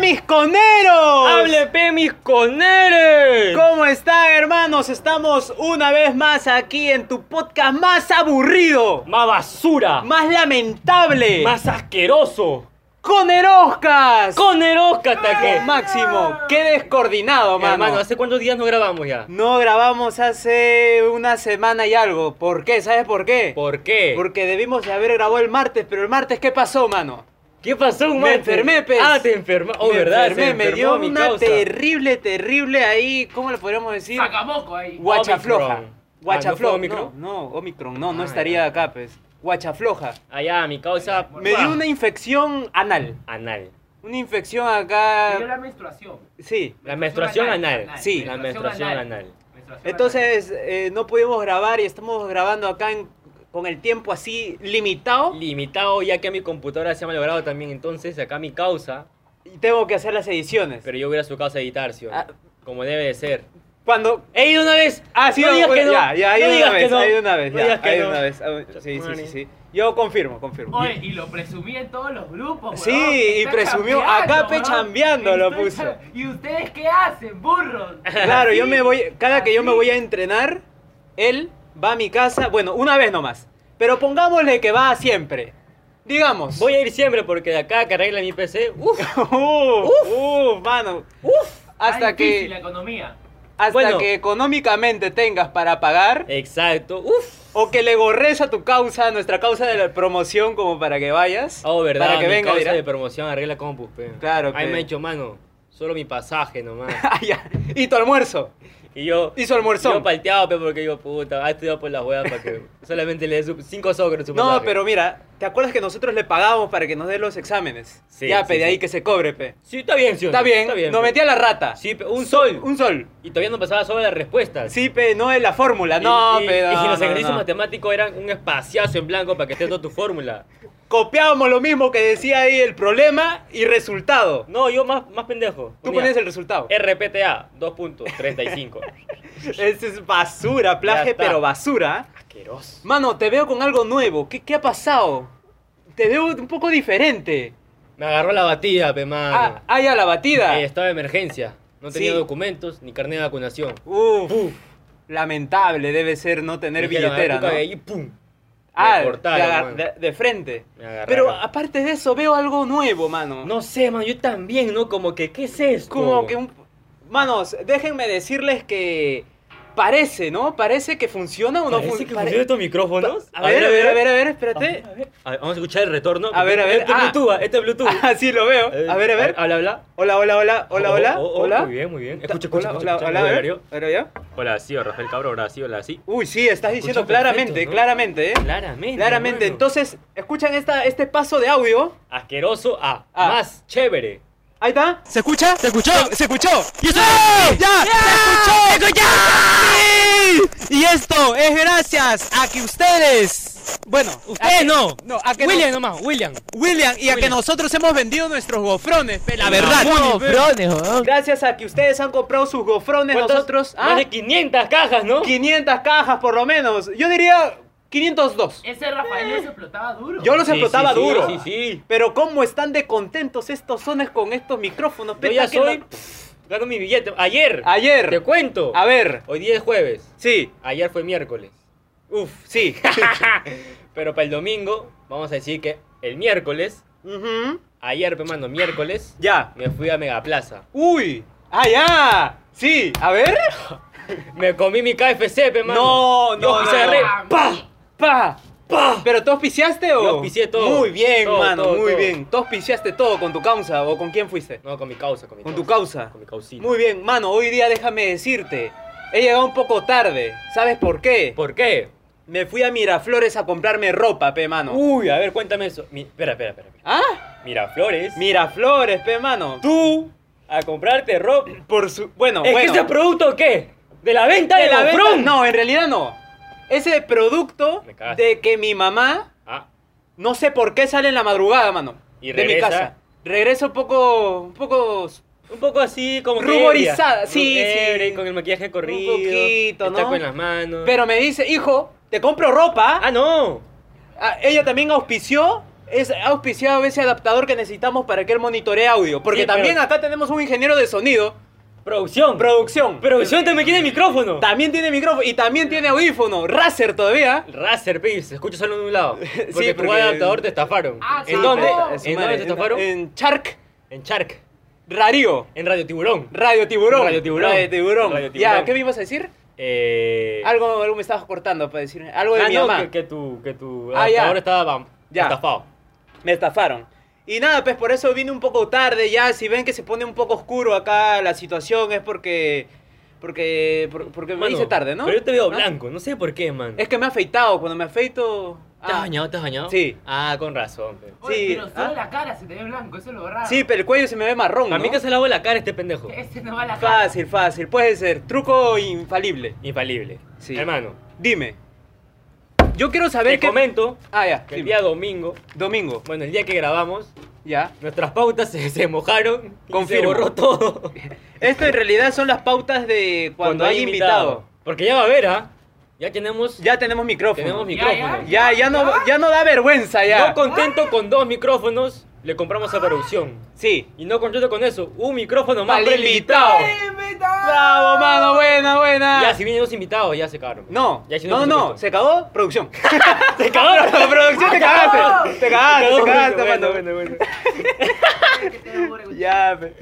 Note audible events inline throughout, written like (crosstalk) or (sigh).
Pemisconeros! ¡Hable Pemis con Eres! ¿Cómo están, hermanos? Estamos una vez más aquí en tu podcast más aburrido, Más basura. más lamentable, Más asqueroso. con Eroscas. Con Erosca que. Máximo, qué descoordinado, mano. Hermano, ¿hace cuántos días no grabamos ya? No grabamos hace una semana y algo. ¿Por qué? ¿Sabes por qué? ¿Por qué? Porque debimos de haber grabado el martes, pero el martes, ¿qué pasó, mano? ¿Qué pasó, man? enfermé, pez. Ah, te enferma. Oh, me verdad, enfermé, se me enfermó dio mi una causa. terrible, terrible ahí, ¿cómo le podríamos decir? Sacamoco ahí. Guachafloja. Omicron. Ah, ¿no fue Guachafloja. Omicron? No, no, Omicron, no, no Ah, estaría ya. acá, pues. Guachafloja. Allá, mi causa. Me dio una infección anal. Anal. Una infección Me dio acá. la menstruación. Sí. La menstruación anal. Sí. La menstruación anal. Menstruación Entonces eh, no pudimos grabar y estamos grabando acá en- con el tiempo así limitado. Limitado, ya que mi computadora se ha malogrado también. Entonces, acá mi causa. Y tengo que hacer las ediciones. Pero yo voy a ir a su casa a editar, ¿sí o no? Ah. Como debe de ser. Cuando. ¡He ido una vez! Ah, sí, no digas que no. Ya, ya, ahí no de digas una que vez, no. ahí de una vez, No ya, digas que ahí de no. una vez. Ah, Sí, sí, sí, sí. Yo confirmo, confirmo. Oye, y lo presumí en todos los grupos, Sí, huevón, que y está presumió, chambeando, acá, pe, huevón. chambeando lo Estoy puso. cham- ¿Y ustedes qué hacen, burros? (laughs) Claro, yo me voy, cada que yo me así. voy a entrenar, él va a mi casa, bueno, una vez nomás, pero pongámosle que va siempre. Digamos. Voy a ir siempre porque de acá que arregle mi PC. ¡Uf! (laughs) Uf, uf, mano. ¡Uf! Hasta Está difícil La que economía. hasta Bueno. Eh. que económicamente tengas para pagar Exacto. ¡Uf! o que le gorres a tu causa, nuestra causa de la promoción como para que vayas. Oh, verdad. Para que mi venga, causa dirá. de promoción arregla compus, pe. Claro, Ahí pe. me ha dicho, mano, solo mi pasaje (laughs) nomás. (laughs) Ah, ya. Y tu almuerzo. y yo. Y su almuerzón. Yo palteado, pe, porque digo, puta, ha estudiado por las huevas para que (laughs) solamente le dé 5 socos en su No, pasaje. pero mira, ¿te acuerdas que nosotros le pagábamos para que nos dé los exámenes? Sí, ya, sí, pe, de ahí sí. que se cobre, pe. Sí, está bien, sí. o no? Está bien, nos pe. metía la rata. Sí, pe, un sol. Un sol. Y todavía no pasaba sobre las respuestas. Sí, pe, no es la fórmula, Y- Ah, no, y, pero. y no, los ejercicios no. matemáticos eran un espaciazo en blanco para que esté toda tu fórmula. Copiábamos lo mismo que decía ahí el problema y resultado. No, yo más, más pendejo. Tú Ponía ponías el resultado. Eh. RPTA, (laughs) 2.35. Esa es basura, plagio, está. pero basura. Asqueroso. Mano, te veo con algo nuevo. ¿Qué, qué ha pasado? Te veo un poco diferente. Me agarró la batida, pe mano. Ah, ah, ya, la batida. Eh, estaba de emergencia. No tenía Sí. documentos ni carnet de vacunación. Uf, lamentable debe ser no Me tener dijeron, billetera, "A ver, ¿no? tu cabello", Y pum. Ah, me de, cortaron, agar- mano. de- de frente. Me agarraron. Pero aparte de eso, veo algo nuevo, mano. No sé, man, yo también, ¿no? Como que, ¿qué es esto? Como que un... Manos, déjenme decirles que parece, ¿no? Parece que funciona o no Parece fun- que pare- funcionan estos micrófonos. A ver, a ver, a ver, a ver, espérate. A ver, a ver, Vamos a escuchar el retorno. A ver, a ver, Este es ah. Bluetooth, ah, este es Bluetooth. Ah, sí, lo veo. (laughs) A ver, a ver. Habla, habla. Hola, hola, hola, hola, Eh, Oh, hola. oh, oh, Hola. Muy bien, muy bien. Ta- Escucha, escucha, hola, hola, escucha, escucha, hola, a hola, ver. Dario. A ver, ya. Hola, sí, Rafael Cabro, ahora sí, hola, sí. Uy, sí, estás diciendo Escucha perfecto, claramente, ¿no? claramente, ¿eh? Claramente. Claramente. hermano. Entonces, escuchan esta, este paso de audio. Asqueroso a Ah. más chévere. Ahí está. ¿Se escucha? ¿Se escuchó? ¿Se escuchó? ¡Y eso! ¡Ya! ¡Se escuchó! ¡Sí! Y esto es gracias a que ustedes... Bueno, a que- Ustedes no. No, a que William no- nomás, William. William, y a que nosotros hemos vendido nuestros gofrones, pe, la verdad. No, brones, weón. Gracias a que ustedes han comprado sus gofrones, ¿Cuántas? nosotros. Más Ah, de 500 cajas, ¿no? 500 cajas por lo menos. Yo diría 502. Eh. Ese Rafael no se explotaba duro. Yo los Sí, explotaba sí, sí, duro. Sí, sí. Pero cómo están de contentos estos sones con estos micrófonos. Yo peta, ya que soy. no- pff, Gano mi billete. Ayer. Ayer. Te cuento. A ver. Hoy día es jueves. Sí. Ayer fue miércoles. Uf, sí. (laughs) Pero para el domingo, vamos a decir que el miércoles, Ujú. ayer, pe, mano, miércoles, Ya. me fui a Megaplaza. Uy. Ah, ya. Sí. A ver. Me comí mi KFC, pe, No, mano. no, no, Yo pisé no. re- Ah, ¡Pa! Pa. ¡Pa! ¿Pero todos piseaste o? Yo pisé todo. Muy bien, Todo, mano. todo, muy todo. bien. Todos piseaste todo con tu causa o con quién fuiste. No, con mi causa, con mi Con causa. tu causa. Con mi causita. Muy bien, mano, hoy día déjame decirte, he llegado un poco tarde. ¿Sabes por qué? ¿Por qué? Me fui a Miraflores a comprarme ropa, pe mano. Uy, a ver, cuéntame eso. Mi- Espera, espera, espera. espera. ¿Ah? Miraflores. Miraflores, pe mano. Tú a comprarte ropa. por su bueno, ¿Es bueno. que ese producto qué? ¿De la venta de, de la venta- Gofrón? No, en realidad no. Ese producto Me cagaste. de que mi mamá Ah, no sé por qué sale en la madrugada, mano, Y de mi regresa. casa. Regreso un poco un poco un poco así como que Ruborizada, ebria. sí, Ru- sí. ebria, Con el maquillaje corrido. poquito, el ¿no? taco en las manos. pero me dice, "Hijo, te compro ropa." Ah, no. Ah, Ella también auspició es auspiciado ese adaptador que necesitamos para que él monitoree audio. Porque Sí, pero- también acá tenemos un ingeniero de sonido, Producción. producción. producción también tiene micrófono. También tiene micrófono y también tiene audífono. Razer todavía. Razer, pe, se escucha solo de (laughs) un lado. Porque tu porque- adaptador te estafaron. Ah, sí, ¿En dónde? pero- Es su ¿En madre. dónde te estafaron? En, En Shark, Shark. Rarío, En Radio Tiburón. Radio Tiburón. Radio Tiburón. Radio Tiburón. Radio Tiburón. Ya, ¿qué me ibas a decir? Eh... Algo, algo me estabas cortando para decir. Algo de ah, mi no, mamá. Que, que tu, que tu Ah, ya. adaptador estaba bam, Ya. estafado. Me estafaron. Y nada, pues por eso vine un poco tarde ya. Si ven que se pone un poco oscuro acá la situación es porque... Porque, por- porque me Mano, hice tarde, ¿no? Pero yo te veo ¿No? blanco, no sé por qué, man. Es que me he afeitado. Cuando me afeito... ¿Te has ah, bañado? ¿Te has bañado? Sí. Ah, con razón. pe. Oye, Sí, pero solo ¿ah? la cara se te ve blanco, eso es lo raro. Sí, pero el cuello se me ve marrón, A mí ¿no? que se lavó la cara este pendejo. Este no va a la cara. Fácil, fácil. Puede ser. Truco infalible. Infalible. Sí. Hermano, Dime. Yo quiero te saber qué... comento Ah, ya. que el dime. día domingo, Domingo. bueno, el día que grabamos, Ya. nuestras pautas se, se mojaron Confirmo. y se borró todo. Esto en realidad son las pautas de cuando, hay invitado. Porque ya va a ver, ¿ah? Ya tenemos, Ya tenemos micrófono. tenemos Ya, micrófonos. Ya, ya no, ya no da vergüenza ya. No contento con dos micrófonos, le compramos a producción. Sí. Y no contento con eso, un micrófono más Para el para el invitado. invitado. Bravo, mano, buena, buena. Ya, si vienen los invitados, ya se cagaron. No, Ya, si no, por no, supuesto. se cagó producción. (laughs) Se cagaron. producción, (laughs) te cagaste. Te cagaste, te Bueno, cagaste, bueno, mano. bueno, bueno. Que te lo juro. Ya, pe-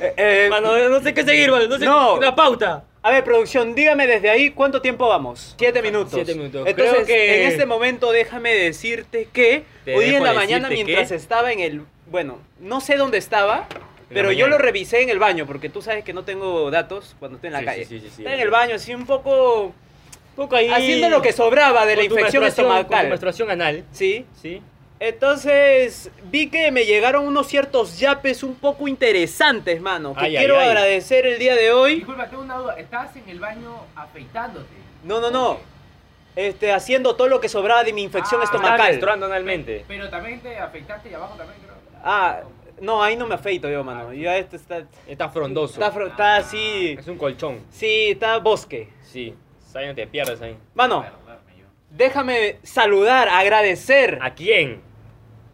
eh, eh, Mano, no sé qué seguir, mano. No sé No. una pauta. A ver, producción, dígame desde ahí cuánto tiempo vamos. Siete minutos. Siete minutos. Entonces, Creo que- en este momento déjame decirte que Te hoy día en dejo la mañana decirte mientras que- estaba en el... Bueno, no sé dónde estaba, la pero yo mañana. lo revisé en el baño, porque tú sabes que no tengo datos cuando estoy en la Sí, calle. sí, sí, sí, sí. Estaba en el baño, así un poco... Poco ahí. Haciendo lo que sobraba de la con tu infección menstruación- Con tu estomacal. menstruación anal. Sí. Sí. Entonces, vi que me llegaron unos ciertos yapes un poco interesantes, mano, que Ay, ay, quiero ay. agradecer el día de hoy. Disculpa, tengo una duda. Estabas en el baño afeitándote. No, no, no. Este, haciendo todo lo que sobraba de mi infección Ah, Estaba estomacal. menstruando analmente. Pero también te afeitaste y abajo también creo. Ah, no, ahí no me afeito yo, mano. Yo a este está, Está frondoso. está, fro- está así, Es un colchón. sí, está bosque. Sí. Ahí no te pierdas ahí. Mano, déjame saludar, agradecer. ¿A quién?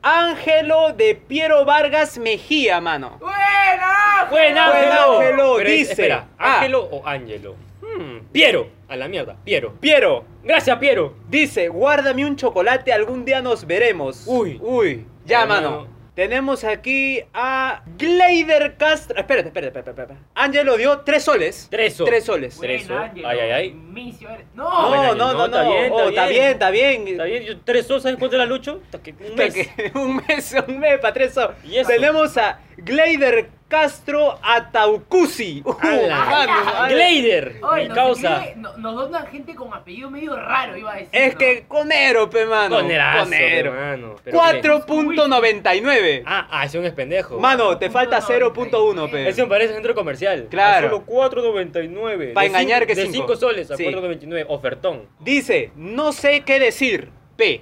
Ángelo de Piero Vargas Mejía, mano. ¡Buena! ¡Buen Ángelo! Ángelo, Pero es- dice. Espera, Ah. ¿Ángelo o Ángelo? Hmm, Piero. A la mierda, Piero. Piero Gracias, Piero. dice, guárdame un chocolate, algún día nos veremos. Uy. uy. Ya, Hermano. mano. Tenemos aquí a Gleider Castro. Espérate, espérate, espérate, espérate. Ángelo dio tres soles. Tres soles. Tres soles. Tres, ¿oh? Ay, ay, ay. Misio eres. No, ¡No! Bueno, no, no, no, no. está bien, Oh, está está bien, bien. está bien. Está bien, yo tres sos, ¿sabes cuánto la lucho? Hasta que Un mes. Porque (laughs) un mes, un mes para tres so- ¿Y eso? Tenemos a Gleider Castro Ataucusi. Uh, ¡Ala! mano, ala. Glader, Oye, mi nos causa. escribe- no- nos donan gente con apellido medio raro, iba a decir. Es ¿no? que conero, pe mano. Conerazo, Conero. hermano. Pero ¿qué? 4.99. Ah, ah, ese es un pendejo. Mano, te falta 0.1, 0.1, pe. Ese me parece centro comercial. Claro. A solo 4.99. Pa' De engañar cinco- que De cinco. 5 soles a Sí. 4.99. Ofertón. Dice, no sé qué decir, P.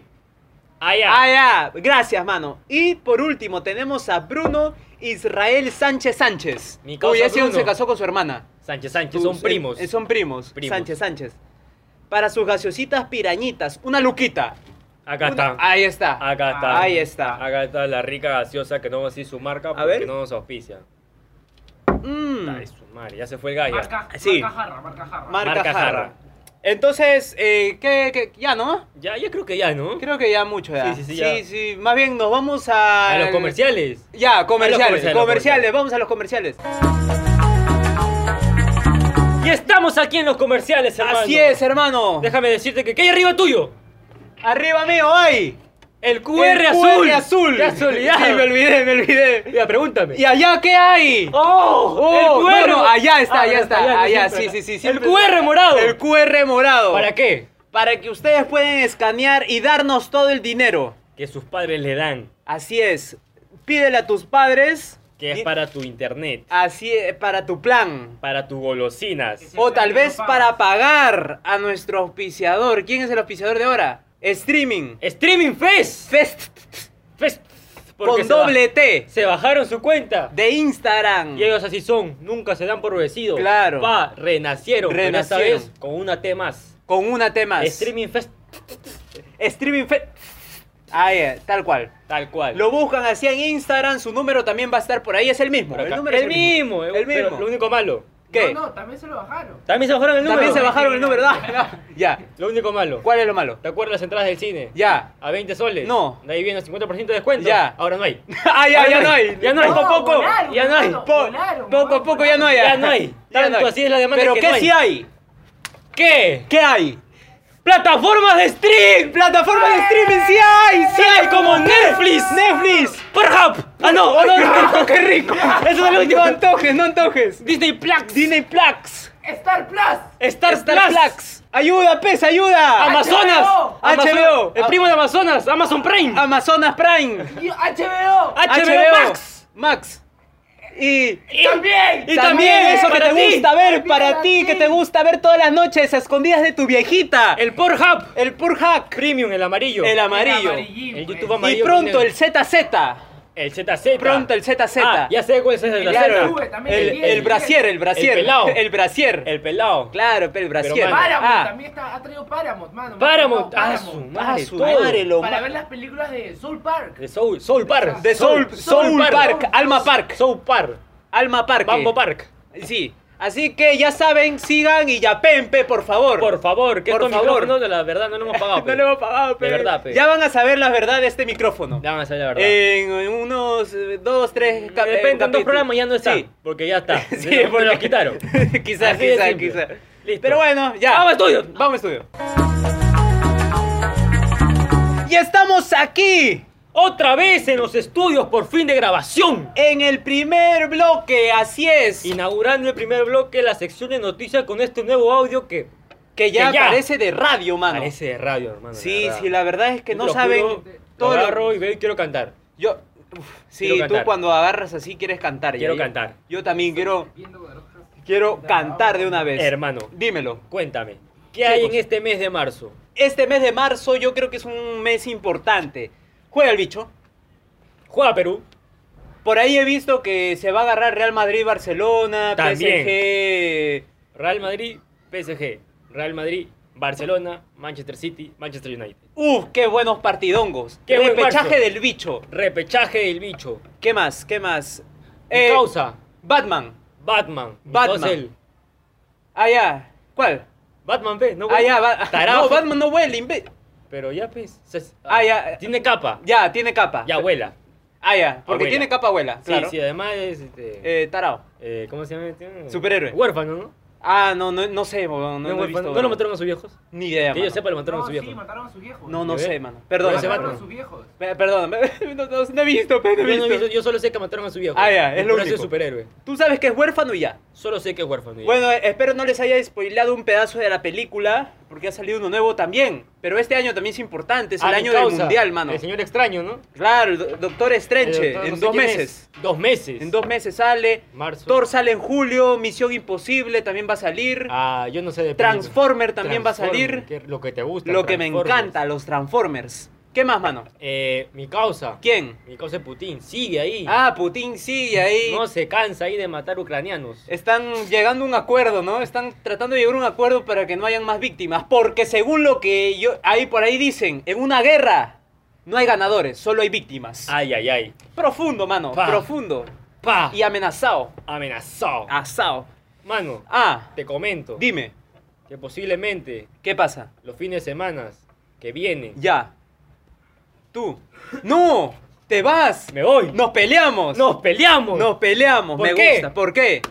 Ah, ya. Ah, ya. Gracias, mano. Y por último, tenemos a Bruno Israel Sánchez Sánchez. Mi causa Uy, ese Bruno. se casó con su hermana. Sánchez Tus- Sánchez, son primos. eh, son primos. Primos. Sánchez Sánchez. Para sus gaseositas pirañitas, una luquita. Acá Una- está. Ahí está. Acá está. Ahí está. Acá está la rica gaseosa que no va a decir su marca porque ver. no nos auspicia. Mm. Ah, Ay, su madre, ya se fue el gallo. Marca, Sí. marca jarra, marca jarra. Marca, Marca jarra. jarra. Entonces, eh, ¿qué, qué- ya no? Ya, ya creo que ya, ¿no? Creo que ya mucho ya. Sí, sí, sí, sí, ya. sí. Más bien nos vamos a... A los comerciales. Ya, comerciales, comerciales, comerciales, los comerciales. vamos a los comerciales. Y estamos aquí en los comerciales, hermano. Así es, hermano. Déjame decirte que ¿qué hay arriba tuyo? Arriba mío, hay. El QR El azul. QR azul. Ya has olvidado. Sí, me olvidé, me olvidé. Mira, pregúntame. ¿Y allá qué hay? ¡Oh! Oh, ¡El QR! no, no, allá está, Ah, allá está, allá, siempre sí, está. sí, sí. ¡El siempre QR está. morado! El QR morado. ¿Para qué? Para que ustedes puedan escanear y darnos todo el dinero. Que sus padres le dan. Así es. Pídele a tus padres. Que es y- para tu internet. Así es, para tu plan. Para tus golosinas. O tal vez para pagar a nuestro auspiciador. ¿Quién es el auspiciador de ahora? Streaming. ¡Streaming Fest! Fest Fest. Porque con se ba- doble T Se bajaron su cuenta. de Instagram. Y ellos así son. Nunca se dan por vencidos. Claro. Pa, renacieron. Pero esta Renacieron. vez con una T más. Con una T más. Streaming Fest. Streaming Fest. Ahí, eh, tal cual. Tal cual. Lo buscan así en Instagram, su número también va a estar por ahí, es el mismo. Por acá. El número es el mismo, eh, El pero mismo. Lo único malo. ¿Qué? No, no, también se lo bajaron. También se bajaron el número. También se bajaron el (laughs) número, (laughs) da, da, Ya. Lo único malo. ¿Cuál es lo malo? ¿Te acuerdas las entradas del cine? Ya. (laughs) A 20 soles. No. De ahí viene el 50% de descuento. Ya. Ahora no hay. Ah, ya, ya no hay. Ya no hay. Poco a poco. volaron, Ya no hay. volaron, Po- volaron, Poco a poco ya no hay. Ya no (laughs) hay. Tanto así es la demanda Pero que ¿qué no hay. sí hay? ¿Qué? ¿Qué hay? ¡Plataformas de stream! Plataforma de streaming sí hay, sí hay como Netflix, Netflix, oh, ¡Pornhub! ¡Ah, no! ¡Ah, no! qué rico. Eso es lo último. No antojes, no antojes. Disney Plus. Disney Plus, Star Plus. Star, Star Plus. Ayuda, pez, ayuda. Amazonas. HBO. Amazonas. HBO. El primo de Amazonas. Amazon Prime. Amazonas Prime, Y HBO. Ah, HBO Max. Max. Y Y también. Y también también eso que para te ti. gusta ver para Para ti, que ti. te gusta ver todas las noches a escondidas de tu viejita. El, El Pornhub. el Purhack, Premium, el amarillo. el amarillo. amarillín, El pues. YouTube Y amarillo. pronto con el ZZ. El ZZ. Pronto el ZZ. Ah, ya sé cuál es el El ZZ. YouTube también, El, el el, diez, el brasier, diez. el brasier. El pelao. El brasier. El pelado. Claro, pero el brasier. Pero mano. Paramount Ah, también está, ha traído Paramount, mano. Paramount. Me ha Ah, encantado su Paramount. ah, madre. su todo. madre, lo Para ma- ver las películas de Soul Park. De Soul, Soul Park. De Soul, Soul, Park. Alma Park. Soul Park. Alma Park. Bambo Park. Sí. Así que ya saben, sigan y ya pempe, por favor. Por favor, que Por estos favor. micrófonos, la verdad, no lo hemos pagado. (laughs) no pues. pe. le hemos pagado, pe. verdad, pe. Ya van a saber la verdad de este micrófono. Ya van a saber la verdad. En unos eh, dos, tres cap- de repente en dos capítulos. programas ya no está. Sí. (laughs) Porque ya está. Sí, Me lo- me porque- lo quitaron. (laughs) quizás, Así de quizás, simple. quizás. Listo. Pero bueno, ya. Vamos a estudio. Vamos a estudio. Y estamos aquí Otra vez en los estudios por fin de grabación. en el primer bloque, así es. Inaugurando el primer bloque, la sección de noticias con este nuevo audio que que ya, que ya. parece de radio, mano. parece de radio, hermano. sí, verdad. sí, la verdad es que Yo no te lo saben juro, todo lo lo- agarro y veo y quiero cantar. Yo uf, sí, Quiero tú cantar. cuando agarras así quieres cantar. ya, Quiero yo- cantar. Yo también quiero Viendo con otros. quiero cantar de una vez. Hermano, Dímelo. cuéntame. ¿Qué ¿Qué hay en cosa? este mes de marzo? Este mes de marzo yo creo que es un mes importante. Juega el bicho. Juega Perú. Por ahí he visto que se va a agarrar Real Madrid, Barcelona, También. PSG. Real Madrid, PSG. Real Madrid, Barcelona, Manchester City, Manchester United. Uf, qué buenos partidongos. Qué buen Repechaje marzo. del bicho. Repechaje del bicho. ¿Qué más? ¿Qué más? Mi Eh, causa, Batman. Batman. Batman. Entonces, Ah, ya. ¿Cuál? Batman, ¿ves? No Ah, huele. ya. Ba- (laughs) No, Tarado. Batman no huele, imbé- Pero ya, pues. se- Ah, ya. Tiene capa. Ya, tiene capa. Ya (laughs) vuela. Ah, ya. Porque Abuela. tiene capa abuela. Sí, claro. sí, además es. Este, Eh, tarao. eh, ¿Cómo se llama? Tiene- Superhéroe. Huérfano, ¿no? Ah, no, no, no sé, huevón, no, No, no he huérfano. visto. ¿No lo mataron a sus viejos? Ni idea, que mano. yo sepa, lo mataron a No, sus sí, viejos. mataron a sus viejos. No, no ¿Ya sé, ve? mano. Perdón. Pero ese mano. Mataron a Batman. sus viejos. Pe- (laughs) Perdón, (laughs) no, no- no he visto, pe, no he Yo, visto. no he visto- yo solo sé que mataron a su viejo. Ah, ya, es lo Pero ese único. es superhéroe. Tú sabes que es huérfano y ya. Solo sé que es huérfano. ya. Bueno, eh, espero no les haya spoilado un pedazo de la película, porque ha salido uno nuevo también. Pero este año también es importante, es A el mi año del causa, mundial, mano. El señor extraño, ¿no? Claro, el do- Doctor Estrenche, El doctor no en sé dos quién meses. es. Dos meses. En dos meses sale. Marzo. Thor sale en julio, Misión Imposible también va a salir. Ah, yo no sé de películas. Transformer también va a salir. Transformer, que es lo que te gusta. Lo que me Transformers. encanta, los Transformers. ¿Qué más, mano? Eh, mi causa. ¿Quién? Mi causa es Putin. Sigue ahí. Ah, Putin sigue ahí. No se cansa ahí de matar ucranianos. Están llegando a un acuerdo, ¿no? Están tratando de llegar a un acuerdo para que no hayan más víctimas. Porque según lo que yo ahí por ahí dicen, en una guerra no hay ganadores, solo hay víctimas. Ay, ay, ay. Profundo, mano. Pa. Profundo. Pa. Y Ah. amenazado. Amenazado. Asado. Mano, Ah, te comento dime, que posiblemente ¿qué pasa? los fines de semana que vienen. Ya. Tú. ¡No! ¡Te vas! Me voy. ¡Nos peleamos! Nos peleamos. Nos peleamos, ¿Por me qué? gusta. ¿Por qué?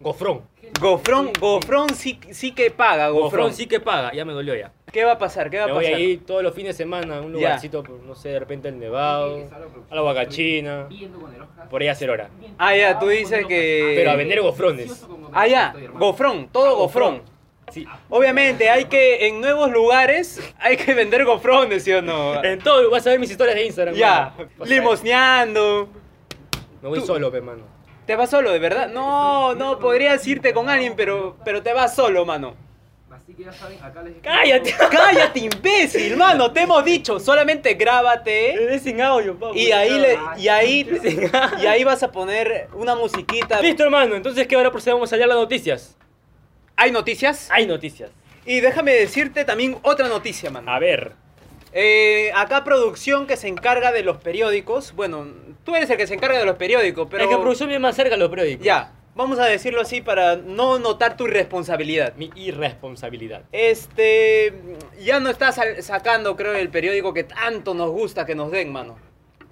Gofrón. Gofrón, Gofrón sí, sí que paga, Gofrón. Gofrón sí que paga. Ya me dolió ya. ¿Qué va a pasar? ¿Qué va a Me voy pasar? ahí todos los fines de semana a un Ya. lugarcito, por, no sé, de repente el Nevado, a la Huacachina, Viendo con el Oscar. por ahí a hacer hora. Ah, ya, tú dices que- Pero a vender gofrones. Ah, ya, Gofrón, todo Ah, Gofrón. Sí. Obviamente, hay que, en nuevos lugares, hay que vender gofrones, ¿sí o (laughs) no? En todo, vas a ver mis historias de Instagram. ya, mano. Vas a ver. limosneando. Me voy Tú- solo, pe, mano. ¿Te vas solo, de verdad? No, Este, no, podrías irte con alguien, pero, pero te vas solo, mano. Así que ya saben, acá les ¡Cállate! ¡Cállate, imbécil, mano! Te hemos dicho, solamente grábate. (laughs) Es sin audio, papá. Y ahí, le- y, ahí, y ahí vas a poner una musiquita. Listo, hermano. Entonces, ¿qué ahora procedemos a leer las noticias? ¿Hay noticias? Hay noticias. Y déjame decirte también otra noticia, mano. A ver. Eh, acá producción que se encarga de los periódicos. Bueno, tú eres el que se encarga de los periódicos, pero... Es que producción viene más cerca a los periódicos. Ya, vamos a decirlo así para no notar tu irresponsabilidad. Mi irresponsabilidad. Este, ya no estás sal- sacando, creo, el periódico que tanto nos gusta que nos den, mano.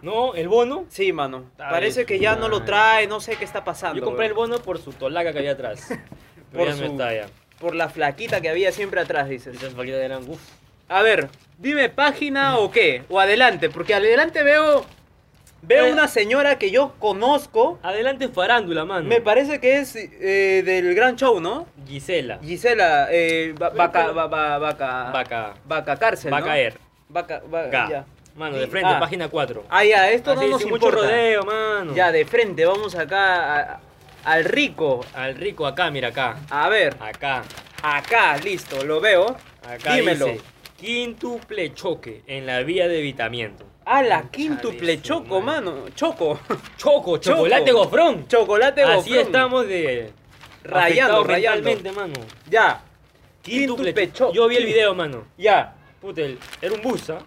No, el bono. Sí, mano. Ay, Parece que su ya no lo madre. trae, no sé qué está pasando. Yo compré el weón. bono por su tolaca que había atrás. (laughs) Por por ya no su- está ya. Por la flaquita que había siempre atrás, dices. Esas vaquitas eran uff. A ver, dime página o qué, o adelante, porque adelante veo veo Eh. una señora que yo conozco. Adelante farándula, mano. Me parece que es eh, del Gran Show, ¿no? Gisela. Gisela, eh, ba- Pero- vaca, pero- ba- ba- vaca, Vaca. vaca cárcel, Va a Ah. ¿no? caer. Vaca, va- Ga. ya. Mano, Sí. de frente, Ah. página 4. Ah, ya, esto no nos mucho importa. rodeo, mano. Ya, de frente, vamos acá a- al rico. Al rico acá, mira acá. A ver, Acá. acá, listo, lo veo. Acá Dímelo. dice, quíntuple choque en la vía de evitamiento. A la quíntuple su choco, madre. mano. Choco. (laughs) Choco, chocolate Choco. gofrón. Chocolate Así gofrón. estamos de Rayando, afectados rayando. mentalmente, mano. Ya. Quíntuple Quíntuple choque. choque. Yo vi el video, mano. Ya. Puta, el- era un bus, ¿ah?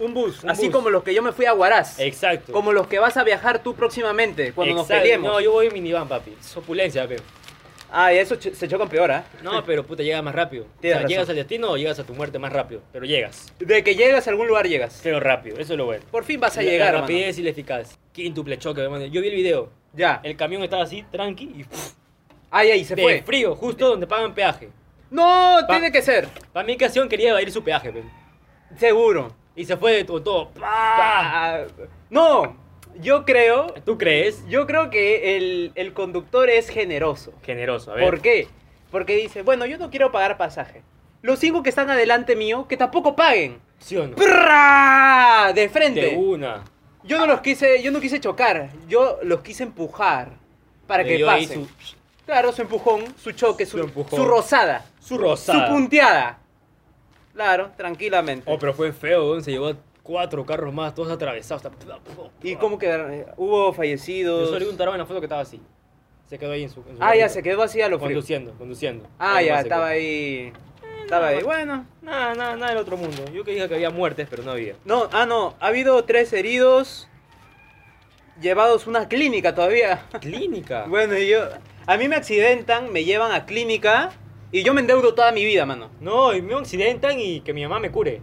Un bus. Un Así bus. como los que yo me fui a Huaraz. Exacto. Como los que vas a viajar tú próximamente, cuando nos Exacto. peleemos. No, yo voy en minivan, papi. Es opulencia, papi. Ah, y eso ch- se chocan peor, ¿ah? No, pero puta, llegas más rápido. O Tienes sea, razón. llegas al destino o llegas a tu muerte más rápido. Pero llegas. De que llegas a algún lugar, llegas. Pero rápido, eso es lo bueno. Por fin vas a La- llegar, La mano. rapidez y la eficaz. Quíntuple choque, hermano. Yo vi el video. Ya. El camión estaba así, tranqui, y pff, Ay, ahí se de fue. frío, justo donde pagan peaje. No, Pa- tiene que ser. Para mí, Cación quería evadir su peaje, pe. Seguro. Y se fue de to- todo. Pa. Ah, no, yo creo, ¿Tú crees? yo creo que el, el conductor es generoso. Generoso, a ver. ¿Por qué? Porque dice, bueno, yo no quiero pagar pasaje. Los cinco que están adelante mío, que tampoco paguen. ¿Sí o no? ¡Prrrá! De De frente. una. Yo no los quise, yo no quise chocar, yo los quise empujar para Le que dio ahí pasen. su, Claro, su empujón, su choque, su, Su empujón. su rosada, su rosada. su punteada. Claro, tranquilamente. Oh, pero fue feo, weón. Se llevó a cuatro carros más, todos atravesados. hasta- ¿Y cómo quedaron? Hubo Yo fallecidos. solo vi un tarado en la foto que estaba así. Se quedó ahí en su. en su Ah, ya carrito. se quedó así a lo frío. Conduciendo, conduciendo. Ah, ya, estaba ahí. Estaba ahí. Bueno. Nada, nada, nada del otro mundo. Yo que dije que había muertes, pero (laughs) no había. No, ah, no. Ha habido tres heridos llevados a una clínica todavía. Ah. Clínica. (laughs) Bueno, y yo. A mí me accidentan, me llevan a clínica y yo me endeudo toda mi vida, mano. No, y me accidentan y que mi mamá me cure.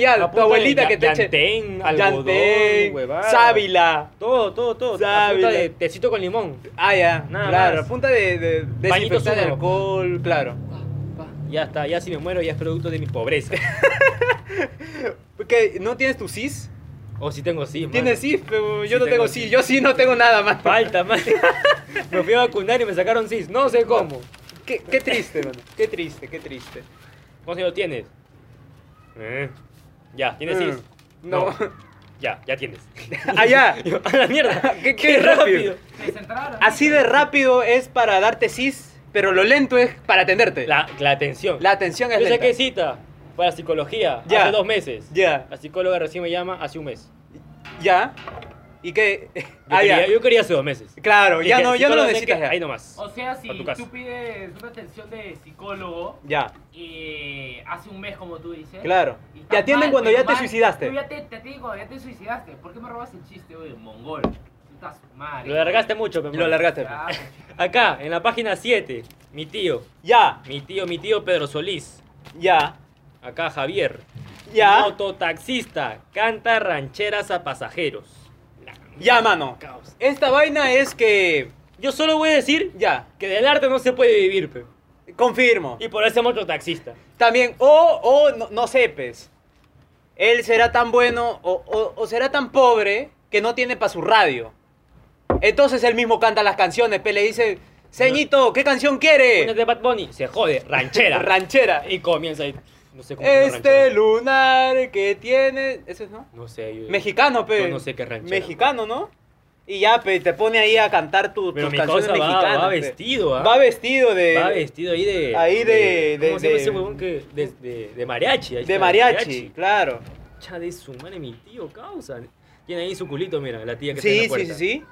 ya, tu abuelita que te eche. Yantén, algodón, Yantén, huevada. sábila. Todo, todo, todo. A Sábila. punta de tecito con limón. Ah, ya. Nada claro, más. a punta de, de, de Bañito desinfectar de húmedo. alcohol, claro. Ya está, ya si me muero ya es producto de mi pobreza. Porque no tienes tu cis. o si tengo sí, Tienes cis, pero yo Sí no tengo tengo cis. cis. Yo sí no tengo nada, mano. (laughs) Falta, man. Me fui a vacunar y me sacaron cis. No sé cómo. Qué, qué triste, mano. Qué triste, qué triste. ¿Cuántos años tienes? Eh. Ya, ¿tienes Mm, cis? No. (laughs) Ya, ya tienes. Allá. Yo, (laughs) a la mierda. Ah, (laughs) Qué- qué rápido. Me centraron. Así de rápido es para darte cis, pero lo lento es para atenderte. La, La, la atención. atención es Yo lenta. saqué cita para psicología Ya. hace dos meses. Ya, La psicóloga recién me llama hace un mes. ya. ¿Y qué? Yo, Ah, ya. quería, yo quería hace dos meses. Claro, ya Dije, no, ya no lo psicóloga, ¿sabes necesitas qué? ya. Ahí nomás. O sea, si A tu casa. tú pides una atención de psicólogo Ya, eh, hace un mes, como tú dices. claro. y estás Te atienden mal, cuando pero ya te mal, tú suicidaste. ya te, te atienden cuando ya te suicidaste. ¿Por qué me robas el chiste, oye, mongol? Tú estás mal. Lo largaste mucho, mi Lo amor. largaste. (laughs) Ya, pues, Acá, en la página 7, mi tío, Ya, mi tío, mi tío Pedro Solís. ya, Acá Javier. ya. Mototaxista, canta rancheras a pasajeros. Ya, mano. Caos. Esta vaina es que. Yo solo voy a decir Ya, que del arte no se puede vivir, pe. confirmo. Y por eso es mototaxista. También, o, o no, no sepes. Él será tan bueno o, o- o será tan pobre que no tiene para su radio. Entonces él mismo canta las canciones, pe, le dice, Ceñito, ¿qué canción Una quiere? de Bad Bunny, se jode, ranchera. Este Ranchera. y comienza ahí. No sé cómo es una Este ranchera. lunar que tiene... ¿Eso es, no? No sé, yo. Mexicano, pe. Yo no sé qué ranchera. eh, Mexicano, ¿no? Y ya, pe, te pone ahí a cantar tu, Pero tus mi canciones causa va, mexicanas. va pe. vestido, ¿ah? Va vestido de... Va vestido ahí de. Ahí de- de- ¿Cómo se llama de- ese huevón que.? De, de, de mariachi. ahí de está, mariachi, claro. Cha de su madre, mi tío, causa. Tiene ahí su culito, mira, la tía que Sí, está en sí, la sí,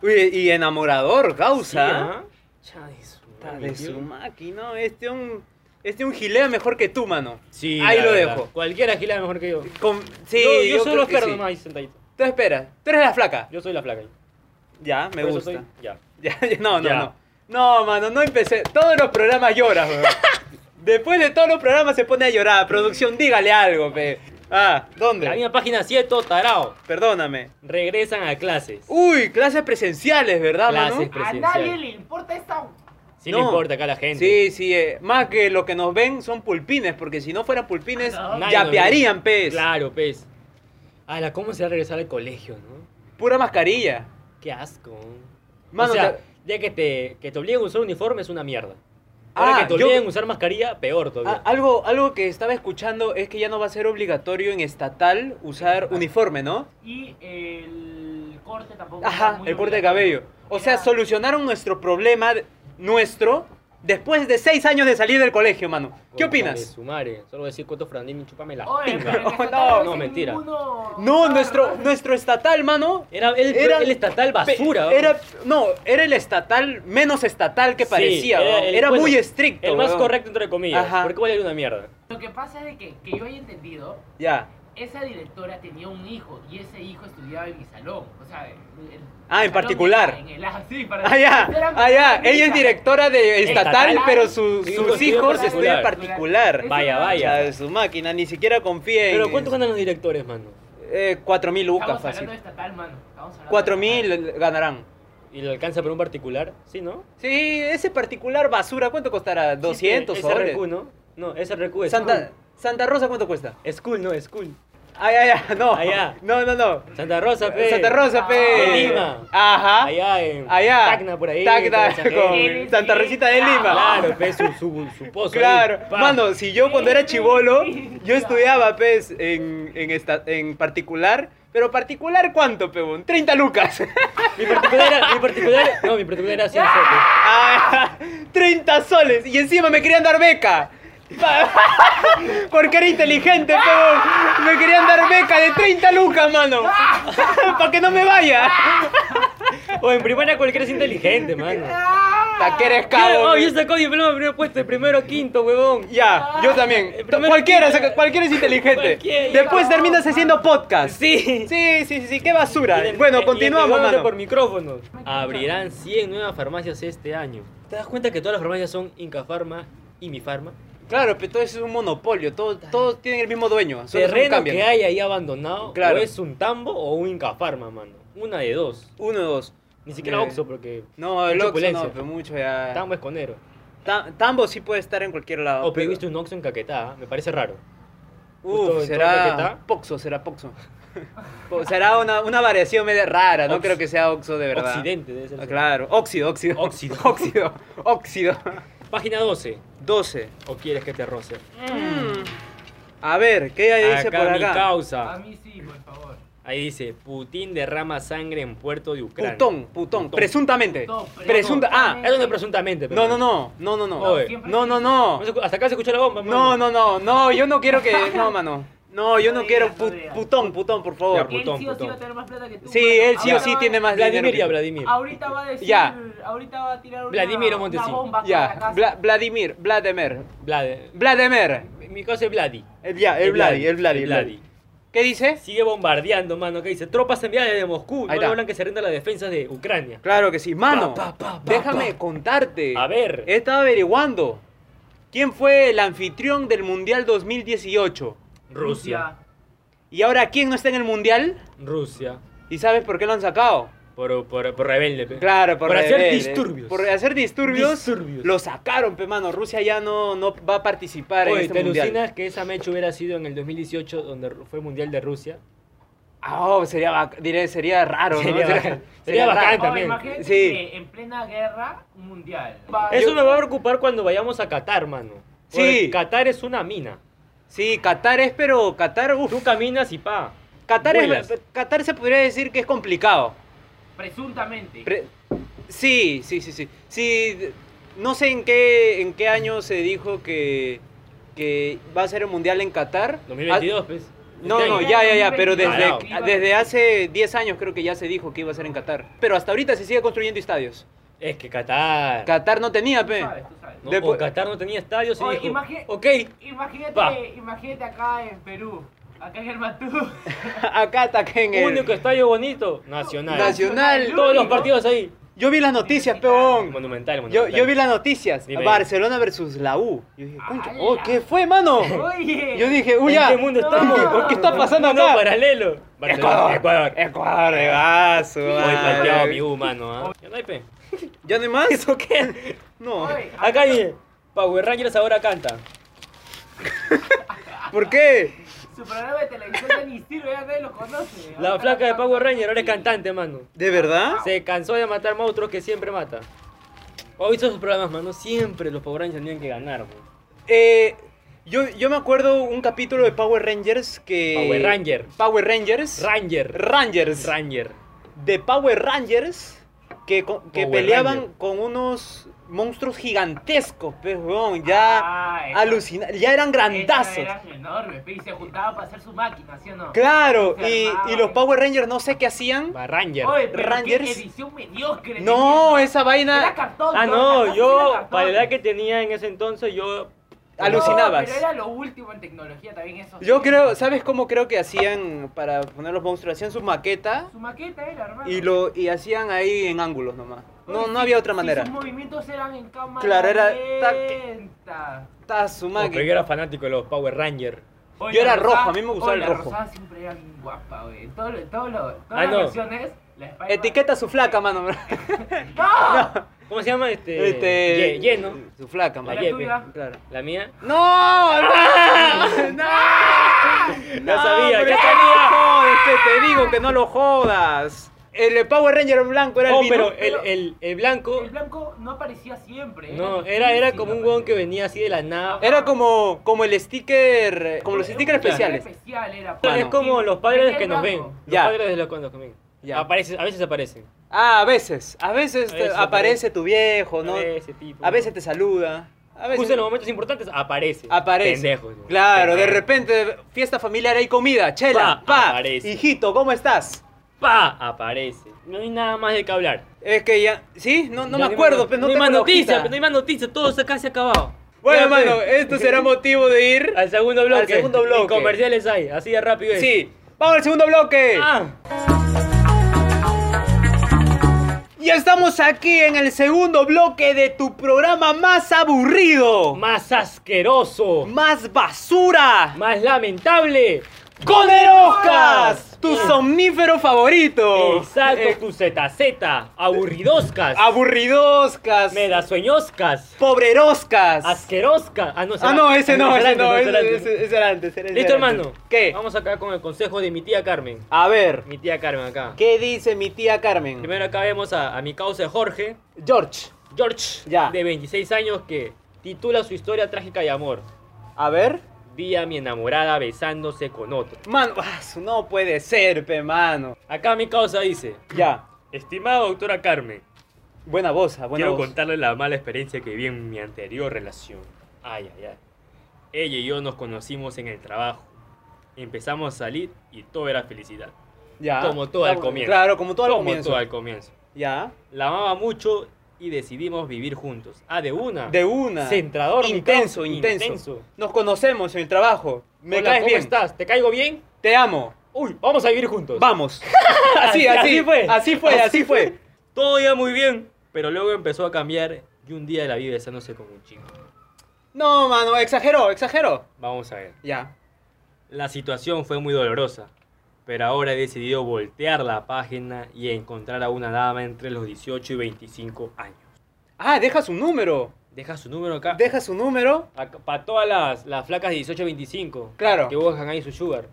puerta. sí. Uy, y enamorador, Sí, causa. ¿ah? Cha de su Puta madre, De mi tío. su máquina, este un... Este un gilea mejor que tú, mano. Sí, Ahí la lo verdad. dejo. Cualquiera gilada mejor que yo. Con- sí, yo, yo yo solo creo que espero sí. nomás ahí sentadito. Tú esperas. Tú eres la flaca. Yo soy la flaca ahí. Ya, me Por eso gusta. soy- ya. (laughs) Ya, ya, no, no, Ya. no. No, mano, no empecé. Todos los programas lloras, (laughs) weón. Después de todos los programas se pone a llorar. Producción, dígale algo, pe. Ah, La ¿dónde? misma página 7, tarao. Perdóname. Regresan a clases. Uy, clases presenciales, ¿verdad, mano? Clases. A Presidencial. nadie le importa esta. Sí no. le importa acá a la gente. Sí, sí, eh, más que lo que nos ven son pulpines, porque si no fueran pulpines, Ah, Nadie nos yapearían, ve. pez. Claro, pez. Ala, ¿cómo será regresar al colegio, no? Pura mascarilla. Qué asco. Mano, o sea, te- ya que te, que te obliguen a usar uniforme es una mierda. Ahora Ah, que te yo- obliguen a usar mascarilla, peor todavía. Ah, algo, algo que estaba escuchando es que ya no va a ser obligatorio en estatal usar uniforme, ¿no? Y el corte tampoco. Ajá, era muy el corte de obligatorio. cabello. O sea, Era- solucionaron nuestro problema, de- nuestro, después de seis años de salir del colegio, mano. ¿Qué Concha de opinas? su madre. Solo voy a decir cuánto Frandini, chúpame la (laughs) Oye, pinga. pero en Oh, estatal no, no, es mentira. ninguno- No, nuestro, nuestro estatal, mano. Era el, Era- el estatal basura. Pe- weón. Era, no, era el estatal menos estatal que Sí, parecía. weón. era el- bueno, muy estricto. El más weón. correcto, entre comillas. Ajá. Porque vale una mierda. Lo que pasa es de que, que yo haya entendido, Ya. esa directora tenía un hijo y ese hijo estudiaba en mi salón. O sea, en- en- Ah, en salón particular. de- En el, (laughs) ah, sí, para- Ah, ya. eran- Ah, ya. eran- Ella es directora de estatal, Estatal. pero su- Sí, sus estudia hijos particular. estudian particular. Eso Vaya, era- vaya. Vaya, de su máquina, ni siquiera confía en. Pero ¿cuánto ganan los directores, mano? Eh, 4.000 lucas Estamos fácil. hablando de estatal, mano. Estamos hablando de 4.000 ganarán. ¿Y le alcanza para un particular? Sí, ¿no? Sí, ese particular basura, ¿cuánto costará? 200 sí, pues, pero soles. SRQ, ¿no? No, SRQ es Santa, Santa Rosa, ¿cuánto cuesta? cool. Es cool, no, es cool. Ay, ay, ay, no. Ah, ya. No, no, no. Santa Rosa, pe. Santa Rosa, pe. Ah, de Lima. Ajá. Allá en Allá. Tacna, por ahí. toda Tacna, esa gente. con Santa Rosita de Lima. Claro, pe, su, su, su pozo. Claro, ahí, pa. mano, si yo cuando era chivolo, Sí. yo estudiaba, pues, en, en, esta, en particular, pero particular cuánto, pebón, 30 lucas. (laughs) Mi particular era, mi particular, no, mi particular era 100 soles. Ah, 30 soles, y encima me querían dar beca. (laughs) Pa- Porque era inteligente, pebón. Me querían dar beca de 30 lucas, mano. (laughs) Para que no me vaya. O en primaria cualquiera es inteligente, mano. Taqueres Claro, cabo. oh, yo sacó diploma de primer puesto, de primero a quinto, huevón. Ya, yo también. El primero Cualquiera, que- saca- cualquiera es inteligente. Cualquiera. Después terminas haciendo podcast. Sí. Sí, sí, sí, sí, qué Y basura. del- y Bueno, del continuamos, privado de mano. por micrófonos. Abrirán 100 nuevas farmacias este año. ¿Te das cuenta que todas las farmacias son Inca Farma y Mi Farma? Claro, pero todo eso es un monopolio, todo- todos tienen el mismo dueño. solo se Terreno cambian. que hay ahí abandonado, Claro. o es un tambo o un Inca Farma, mano. Una de dos. Uno, dos. Ni siquiera Eh, Ah. Oxxo porque No, el Mucha Oxxo no, opulencia. pero mucho ya. tambo es conero. Ta- Tambo sí puede estar en cualquier lado. O Oh, pero he Ah, pero- visto un Oxxo en Caquetá, ¿eh? me parece raro. Uf, justo en todo lo que será está. Poxo, será Poxo. (laughs) Po- será una, una variación media rara, no Ox- creo que sea Oxo de verdad. Occidente debe ser. Ah, Claro, óxido, óxido. Óxido. (laughs) óxido, óxido. Página 12. 12. ¿O quieres que te roce? A ver, ¿qué Eh, dice Acá por mi acá? causa. A mí sí, por favor. Ahí dice, Putin derrama sangre en puerto de Ucrania. Putón, putón, Putón. presuntamente. No, eh. Presunta, ah, Es donde presuntamente. no, pero- no, no, no, no, no. Oye. No, no, no. Vamos a escu- Hasta acá se escuchó la bomba, No, no, mano. no, no, yo no quiero que. No, mano. No, yo No no quiero. digas, no pu- digas. putón, putón, por favor. Que él Putón, sí o sí putón. va a tener más plata que tú. Sí, mano. él sí o Ahorita sí va- tiene más dinero. Vladimir que ya, tú. Vladimir. Ahorita va a decir. Ya. Ahorita va a tirar una, Vladimiro una Montesi. bomba acá en la Ya, casa. Vla- Vladimir, Vladimir. Vlad- Vladimir. Mi- Mi causa es Vladi. El, ya, el Vladi, el Vladi, el Vladi. Vladi. ¿Qué dice? Sigue bombardeando, mano. Que dice, tropas enviadas desde Moscú Ahí no está. logran que se rinda la defensa de Ucrania. Claro que sí. Mano, Pa, pa, pa, pa, déjame pa. contarte. A ver. He estado averiguando. ¿Quién fue el anfitrión del Mundial 2018? Rusia. Ah, Y ahora, ¿quién no está en el Mundial? Rusia. ¿Y sabes por qué lo han sacado? Por, por, por rebelde. pe. Claro, por, Por hacer rebelde. disturbios. Por hacer disturbios, Disturbios. Lo sacaron, pe mano. Rusia ya no, no va a participar en Oye, este ¿te mundial. alucinas que esa mecha hubiera sido en el 2018, donde ru- fue Mundial de Rusia? Ah, oh, sería, bac- diré, sería raro, ¿no? Sería bacán. Sería raro. bacán Oh, Ah, también. imagínate Sí. que en plena guerra mundial. Eso me va a preocupar cuando vayamos a Qatar, mano. Porque Ah, Sí. Qatar es una mina. Sí, Qatar es, pero Qatar, uf, Tú caminas y pa. Qatar, es, vuelas. Qatar se podría decir que es complicado. Presuntamente. Pre- sí, sí, sí, sí. Sí, d- no sé en qué, en qué año se dijo que, que va a ser un mundial en Qatar. 2022, pues. Ah, no, Este no, año. ya, ya, ya, pero desde, Claro. desde hace 10 años creo que ya se dijo que iba a ser en Qatar. Pero hasta ahorita se sigue construyendo estadios. Es que Qatar. Qatar no tenía, Tú pe. sabes, tú sabes. No, Depo- o Qatar no tenía estadios y Oye, dijo, imagi- ok, Pa. Imagínate, imagínate acá en Perú, acá en el Matú. (laughs) Acá ataquen el... único estadio bonito, Nacional. Nacional. (laughs) Todos los partidos ahí. Yo vi las noticias, peón. Monumental, Yo, monumental. yo vi las noticias. Dime. Ah, Barcelona versus la U. Yo dije, concha, oh, ¡Hala! ¿qué fue, (laughs) mano? Oye. Yo dije, uy, ¿En ya. qué mundo No. estamos? ¿Qué está pasando Mundo acá? paralelo. Barcelona, Ecuador. Ecuador, de vaso. Hoy pateado mi madre. U, mano, ¿ah? Ya no hay pe. ¿Ya no hay más? ¿Eso qué? No. Oye, Acá dice, Power Rangers ahora canta. ¿Por qué? Su programa de televisión ya ni sirve, ya nadie lo conoce. La flaca de Power Ranger ahora es cantante, mano. ¿De verdad? Se cansó de matar monstruos que siempre mata. ¿Has visto sus programas, mano? Siempre los Power Rangers tenían que ganar, mano. Eh, yo, yo me acuerdo un capítulo de Power Rangers que... Power Ranger. Power Rangers. Ranger. Rangers. Ranger. de Power Rangers que, co- que Power peleaban Ranger. con unos monstruos gigantescos, pues, weón, Ah, (laughs) ya Ah, alucinados, ya eran grandazos. Eran enormes, pe, y se juntaban para hacer su máquina, ¿sí o no? Claro, y, Armaban. y los Power Rangers no sé qué hacían. Va Ranger. Oye, pero Rangers. qué edición mediocre. No, tenía. esa Era vaina cartón. Ah, todo, la no, casa era yo, cartón. para la edad que tenía en ese entonces, yo. No, alucinabas. pero era lo último en tecnología también eso. Yo creo, ¿sabes cómo creo que hacían para poner los monstruos? Hacían su maqueta Su maqueta era, hermano. y lo y hacían ahí en ángulos nomás. No, Oye, no sí, había otra sí, manera. sus movimientos eran en cámara Claro, era tac. lenta. Está su No, pero yo maqueta. era fanático de los Power Rangers. Oye, Yo era la rojo, rosada- a mí me gustaba el oye, la rojo. rosada siempre era bien guapa, güey. Todo, lo- todo lo- todas Ah, las no. versiones, la Spider-Man- Etiqueta a su flaca, mano. Eh, ¡No! (laughs) ¿Cómo se llama este? Este, Ye- Lleno. Su flaca, La mano. Ayer, tuya. Claro. La mía. ¡No! (laughs) ¡No! ¡No! Ya sabía, pero ya no sabía. jodes, que te digo que no lo jodas. El Power Ranger blanco era Oh, el pero vino. el, el, el blanco. El blanco no aparecía siempre. ¿eh? No, difícil era, era como un huevón que aparecer. venía así de la nada. Era como, como el sticker, eh, como los Era un stickers sticker especiales. especial era, Mano. Es pues. como los padres Venía que el nos ven. blanco. Los Ya. padres de los cuando nos ven. Ya. Aparece- a veces aparecen. Ah, a veces, a veces, A te- veces aparece tu viejo, ¿no? A veces, tipo. A veces te saluda. A veces Justo en los momentos importantes aparece. aparece. Pendejos. Claro, de Pendejos. repente fiesta familiar hay comida, chela, Eh. Pa, pa. aparece. Hijito, ¿cómo estás? ¡Pa! Aparece. No hay nada más de qué hablar. Es que ya, sí, no, no Ya me acuerdo, pero no, No hay tengo más la noticias, hojita. pero no hay más noticias. Todo se casi acabado. Bueno, Ya, pues. mano, esto (laughs) será motivo de ir Al segundo bloque. Al segundo bloque. Y comerciales hay. Así de rápido es. Sí, vamos al segundo bloque. Ah, Y estamos aquí en el segundo bloque de tu programa más aburrido, más asqueroso. más basura, Más lamentable. con el Oscar, tu Sí. somnífero favorito. Exacto, Eh, tu ZZ. Aburridoscas. aburridoscas, Medasueñoscas. pobreroscas. Asqueroscas. Ah, no, será- ah, no, ese no, será ese no, antes, será ese, antes. ese- ese era antes. era- ese pues, Listo, era hermano. antes. ¿Qué? Vamos acá con el consejo de mi tía Carmen. A ver, Mi tía Carmen acá. ¿qué dice mi tía Carmen? Primero acá vemos a, a mi causa Jorge. George, George, Ya. de 26 años, que titula su historia trágica de amor. a ver. Vi a mi enamorada besándose con otro. Mano, ah, su- no puede ser, pe, mano. Acá mi causa dice, Ya, estimada doctora Carmen, buena voz, ah, buena quiero voz. contarle la mala experiencia que vi en mi anterior relación. Ay, ay, ay. Ella y yo nos conocimos en el trabajo. Empezamos a salir y todo era felicidad. Ya. Como todo al Claro, comienzo. Claro, como todo al Como comienzo. todo al comienzo. Ya. La amaba mucho y decidimos vivir juntos. Ah, de una. De una. Centrador. mi Intenso, causa, intenso, Nos conocemos en el trabajo. Me Hola, caes ¿cómo bien. estás? ¿Te caigo bien? Te amo. Uy, vamos a vivir juntos. (laughs) Vamos. así, así, Así fue. fue. Así fue, así fue. Todo iba muy bien, pero luego empezó a cambiar y un día la vi besándose con un chico. No, mano, exageró, exageró. Vamos a ver. Ya. La situación fue muy dolorosa, pero ahora he decidido voltear la página y encontrar a una dama entre los 18 y 25 años. Ah, deja su número. Deja su número acá. Deja su número. Para todas las, las flacas de 18 y 25 Claro. que buscan ahí su sugar.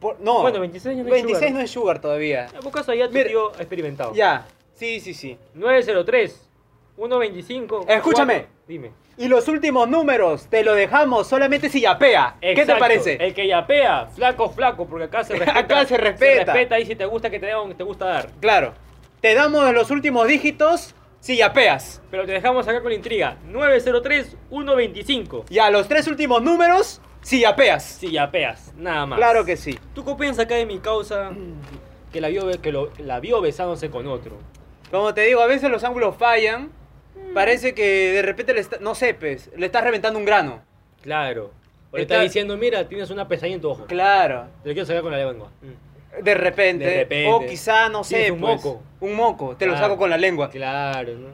Por- no. Bueno, 26 ya no hay 26 sugar. no es sugar todavía. Ya Buscas allá tu Mira. tío experimentado. Ya. Sí, sí, sí. 903 125. Eh, Escúchame. cuatro. Dime. Y los últimos números te lo dejamos solamente si yapea. ¿Qué te Exacto. parece? El que yapea, flaco, flaco, porque (laughs) acá se respeta. Acá se respeta. Se respeta y si te gusta que te den, te gusta dar. Claro. Te damos los últimos dígitos si yapeas. Pero te dejamos acá con la intriga. 903-125. Y a los tres últimos números si yapeas. Si yapeas, nada más. Claro que sí. (clears throat) ¿Tú qué piensas acá de mi causa que la vio, be- que lo- la vio besándose con otro? Como te digo, a veces los ángulos fallan. Parece que de repente le está- no sé, pues, le estás reventando un grano. Claro. O le Está- está diciendo, mira, tienes una pestaña en tu ojo. Claro. Te lo quiero sacar con la lengua. Mm. De repente. De repente. O quizá, no sé, Tienes un pues, moco. Un moco. Te lo Claro. saco con la lengua. Claro, ¿no?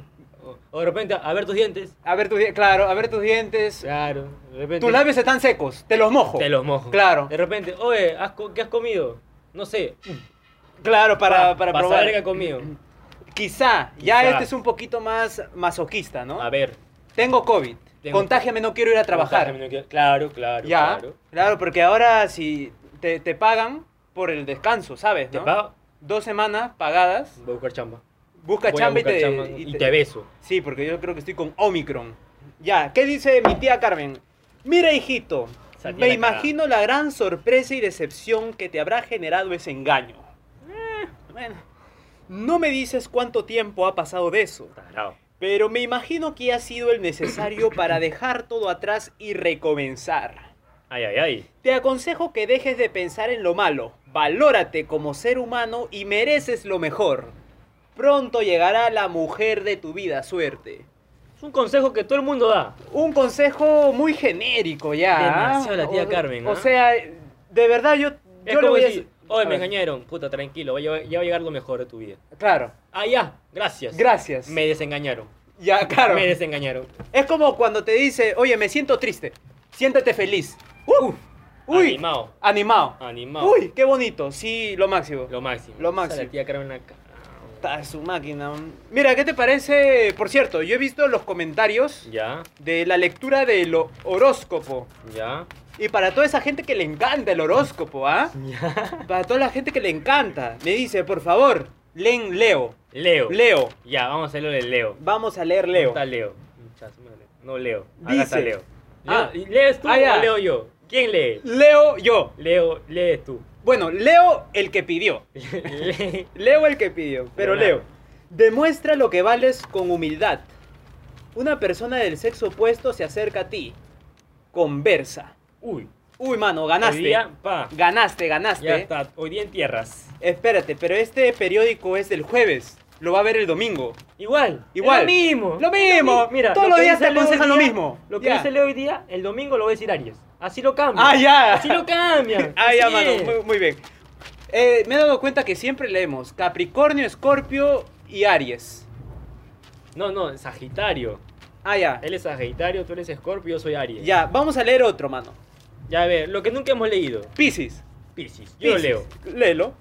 O, o de repente, a ver tus dientes. A ver tus di- claro, a ver tus dientes. Claro. De repente. Tus labios están secos. Te los mojo. Te los mojo. Claro. De repente, oye, ¿has co- ¿qué has comido? No sé. Claro, para, para saber probar. qué (clears throat) has comido. Quizá, ya Quizá. este es un poquito más masoquista, ¿no? A ver. Tengo COVID. Tengo- Contágiame, no quiero ir a trabajar. Contágeno, que- Claro, claro. ya, Claro. claro. porque ahora si te, te pagan por el descanso, ¿sabes? Te no? pago, Dos semanas pagadas, voy a buscar chamba. busca Voy a chamba, y, buscar te, chamba y y te- te beso. Sí, porque yo creo que estoy con Omicron. Ya, ¿qué dice mi tía Carmen? Mira, hijito, Salí me a la cagada. imagino la gran sorpresa y decepción que te habrá generado ese engaño. Eh, bueno, no me dices cuánto tiempo ha pasado de eso. Tarado. Pero me imagino que ha sido el necesario para dejar todo atrás y recomenzar. Ay, ay, ay. Te aconsejo que dejes de pensar en lo malo. Valórate como ser humano y mereces lo mejor. Pronto llegará la mujer de tu vida, suerte. Es un consejo que todo el mundo da. Un consejo muy genérico ya. ¿ah? Demasiado la tía O- Carmen, O ¿ah? sea, de verdad yo, yo le Es como voy a decir, decir- oye, a me ver, engañaron. Puta, tranquilo, va a llevar- ya va a llegar lo mejor de tu vida. Claro, Ah, ya, gracias. gracias. Me desengañaron. Ya, claro. Me desengañaron. Es como cuando te dice, oye, me siento triste. Siéntete feliz. Uf. Uy. Animado. Animado. Animado. Uy, qué bonito. Sí, lo máximo. Lo máximo. Lo O sea, máximo. la tía Carmen acá. Está su máquina. Mira, ¿qué te parece? Por cierto, yo he visto los comentarios Ya, de la lectura del ho- horóscopo. ya, Y para toda esa gente que le encanta el horóscopo, (laughs) ¿ah? ya. Para toda la gente que le encanta, me dice, por favor, leen Leo. Leo. Leo. Ya, vamos a hacerlo de Leo. Vamos a leer Leo. Está Leo. Chas, madre. No Leo. Dice. Acá está Leo. Ah. Ah, ¿Lees tú Ah, ya. o leo yo? ¿Quién lee? Leo yo. Leo, (laughs) lees tú. (laughs) Bueno, Leo el que pidió. Le- Leo el que pidió, pero Leonardo. Leo. Demuestra lo que vales con humildad. Una persona del sexo opuesto se acerca a ti. Conversa. Uy, Uy, mano, hoy ganaste. día, pa. Ganaste, ganaste. Ya está, hoy día en tierras. Espérate, pero este periódico es del jueves. Lo va a ver el domingo. Igual, Igual. es lo mismo. Lo mismo. mi- Mira, Todos lo los que días te dice Leo hoy aconsejan lo día- mismo. Lo que Ya. dice Leo hoy día, el domingo lo va a decir Aries. Así lo cambia. Ah, ya. Así lo cambia. (laughs) Ah, ya, Así mano. es. Muy, muy bien. Eh, me he dado cuenta que siempre leemos Capricornio, Escorpio y Aries. No, no, Sagitario. Ah, ya. Él es Sagitario, tú eres Escorpio, yo soy Aries. Ya, vamos a leer otro, mano. Ya a ver, lo que nunca hemos leído. Piscis. Piscis. Yo lo Piscis. leo. Léelo.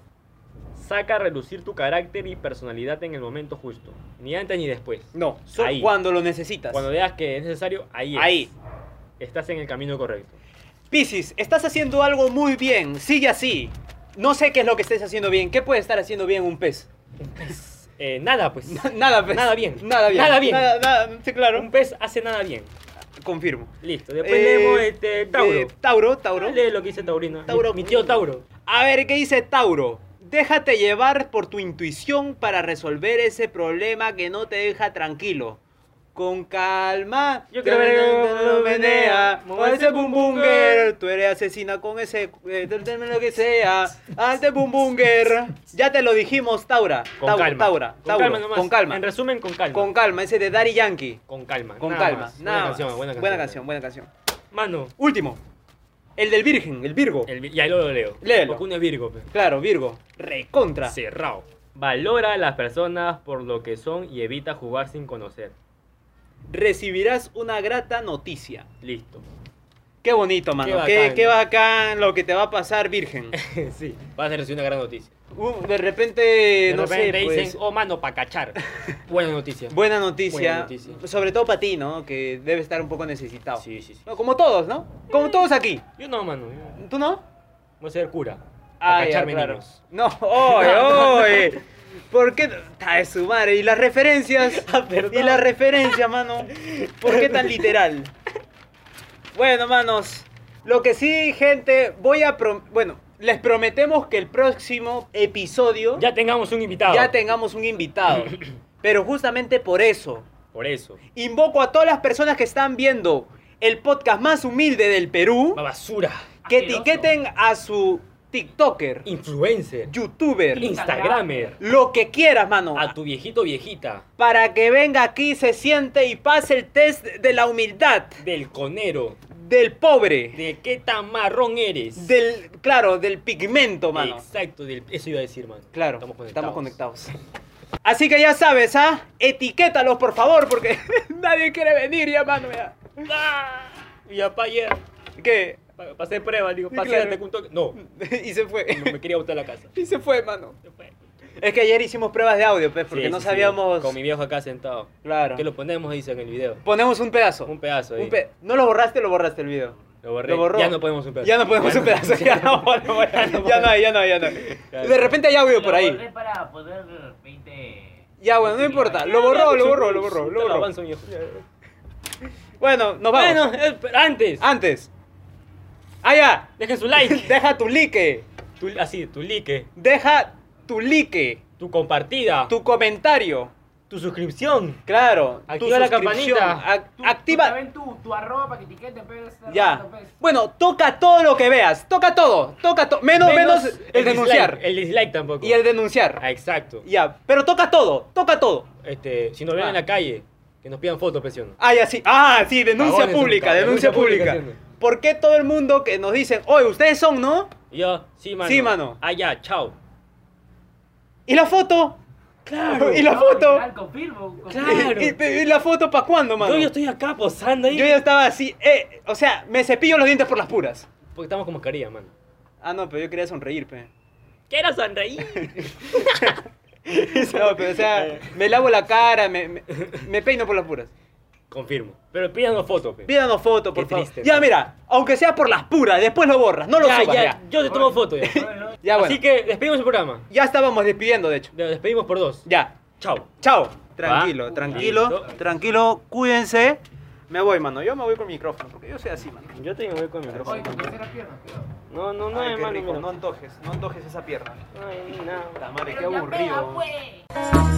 Saca a relucir tu carácter y personalidad en el momento justo. Ni antes ni después. No, so- Ahí. cuando lo necesitas. Cuando veas que es necesario, ahí es. Ahí. Estás en el camino correcto. Piscis, estás haciendo algo muy bien. Sigue así. No sé qué es lo que estés haciendo bien. ¿Qué puede estar haciendo bien un pez? Eh, nada, pues. (laughs) Nada, pez. (laughs) Nada bien. Nada bien. Nada bien. Nada, nada- sí, claro. Un pez hace nada bien. Confirmo. Listo. Después Eh, leemos este, Tauro. eh, Tauro, Tauro. Lee lo que dice Taurino. Tauro. Mi, mi tío Tauro. A ver, ¿qué dice Tauro? Déjate llevar por tu intuición para resolver ese problema que no te deja tranquilo. Con calma, Yo creo que- lo menea, con ese bum bum girl, tú eres asesina con ese, eh, término lo que sea, ante bum bum girl. Ya te lo dijimos, Taura, Con Tauro, calma. Taura, con Tauro, calma nomás. con calma, En resumen, con calma. con calma, ese de Daddy Yankee, Con calma. con nada calma, más. nada buena, más. canción, buena canción. buena canción, buena canción. Mano, Último, el del Virgen, el Virgo, el, vi- ya lo leo. Léelo. Porque uno es Virgo, pe. claro, Virgo, recontra. Cerrado. Valora a las personas por lo que son y evita jugar sin conocer. recibirás una grata noticia. (laughs) Listo. Qué bonito, mano. Qué Qué, bacán. qué bacán lo que te va a pasar, (laughs) virgen. sí. Vas a recibir una gran noticia. Uh, de repente, De no repente sé, pues, dicen, oh mano, pa' (laughs) cachar. Buena noticia. buena, noticia, Buena noticia. Sobre todo para ti, ¿no? Que debe estar un poco necesitado. Sí, Eh. sí, sí. No, como todos, ¿no? Como todos aquí. Yo no, mano. yo ¿Tú no? Voy a ser cura. Pa' Ah, ya, cacharme claro. niños. No, (laughs) oye, oye. ¿Por qué? Ta de su madre. Y las referencias. (laughs) Ah, perdón. y las referencias, mano. ¿Por qué tan literal? Bueno, manos. Lo que sí, gente, voy a. pro- Bueno, les prometemos que el próximo episodio Ya tengamos un invitado. ya tengamos un (clears throat) invitado. Pero justamente por eso, Por eso. invoco a todas las personas que están viendo el podcast más humilde del Perú Más basura. que Asqueroso. etiqueten a su TikToker, Influencer. YouTuber, Instagramer. lo que quieras, mano. A tu viejito viejita. Para que venga aquí, se siente y pase el test de la humildad, Del conero. del pobre, De qué tan marrón eres. del, claro, del pigmento, mano. Exacto, del- eso iba a decir, mano. Claro, estamos conectados. Así que ya sabes, ¿ah? Etiquétalos, por favor, porque (laughs) nadie quiere venir ya, mano. Ya. ¡Ah! Mi papá ayer. ¿Qué? pa- Pasé prueba, le digo, Sí, pasé claro. un toque. No, (laughs) y se fue. (laughs) no me quería botar la casa. Y se fue, mano. Se fue. Es que ayer hicimos pruebas de audio, pues, porque Sí, no sí, sí, sabíamos. Con mi viejo acá sentado. Claro. Que lo ponemos, dice, en el video. Ponemos un pedazo. Un pedazo. ahí. Un pe- ¿No lo borraste lo borraste el video? Lo borré. Lo borró. Ya no podemos un pedazo. Ya no ponemos un pedazo. Ya no, (laughs) ponemos- ya no, hay, ya no hay, ya no hay. De repente hay audio por ahí. para poder de repente. Ya, bueno, no importa. Lo borró, lo borró, lo borró, lo Te lo borró. avanzo, viejo. Bueno, nos vamos. Bueno, eh, pero antes, Antes. Ah, ya. dejen su like. (laughs) Deja tu like. (laughs) tu- así, tu like, Deja tu like. tu compartida, tu, Tu comentario. suscripción. Claro. Activa la suscripción. campanita. Ac- Tú- Tú activa. también tu, tu arroba para que etiqueten, pero ese Ya. rato, pues. Bueno, toca todo lo que veas. Toca todo. Toca todo. Menos, menos, el dislike, denunciar. El dislike tampoco. Y el denunciar. Ah, exacto. Ya. Pero toca todo. Toca todo. Este, si nos ven Ah. en la calle, que nos pidan fotos, pues, presión. Ah, ya sí. Ah, sí, denuncia Cagones, pública, cabrón, denuncia denuncia pública pública. ¿Por qué todo el mundo que nos dicen, oye, ustedes son, no? Y yo, sí, mano. Sí, mano. Ah, ya, chao. ¿Y la foto? Claro. ¿Y la No, foto? literal, confirmo, confirmo. (laughs) Claro. ¿Y, y- y la foto para cuándo, mano? Yo, yo estoy acá posando ahí. Yo ya estaba así, eh, o sea, me cepillo los dientes por las puras. Porque estamos con mascarilla, mano. Ah, no, pero yo quería sonreír, pe. (laughs) Quiero sonreír. No, pero o sea, me lavo la cara, me, me- me peino por las puras. Confirmo. Pero pídanos fotos, pues. pe. Pídanos fotos, por Qué favor. triste, ya, ¿no? mira, aunque sea por las puras, después lo borras, no lo ya, subas. ya, Ya, Yo te tomo fotos ya. Bueno, (laughs) Ya, bueno. Así que despedimos el programa. Ya estábamos despidiendo, de hecho. Lo despedimos por dos. Ya, Chao. chao. Tranquilo, Va. tranquilo, Listo. tranquilo, cuídense. Me voy, mano. Yo me voy con el micrófono, porque yo soy así, mano. Yo te voy con el Oye, tu tercera pierna, creo. No, no, no, Ay, qué hermano. rico. mira. No antojes, no antojes esa pierna. Ay, no. Puta madre, qué aburrido. pues.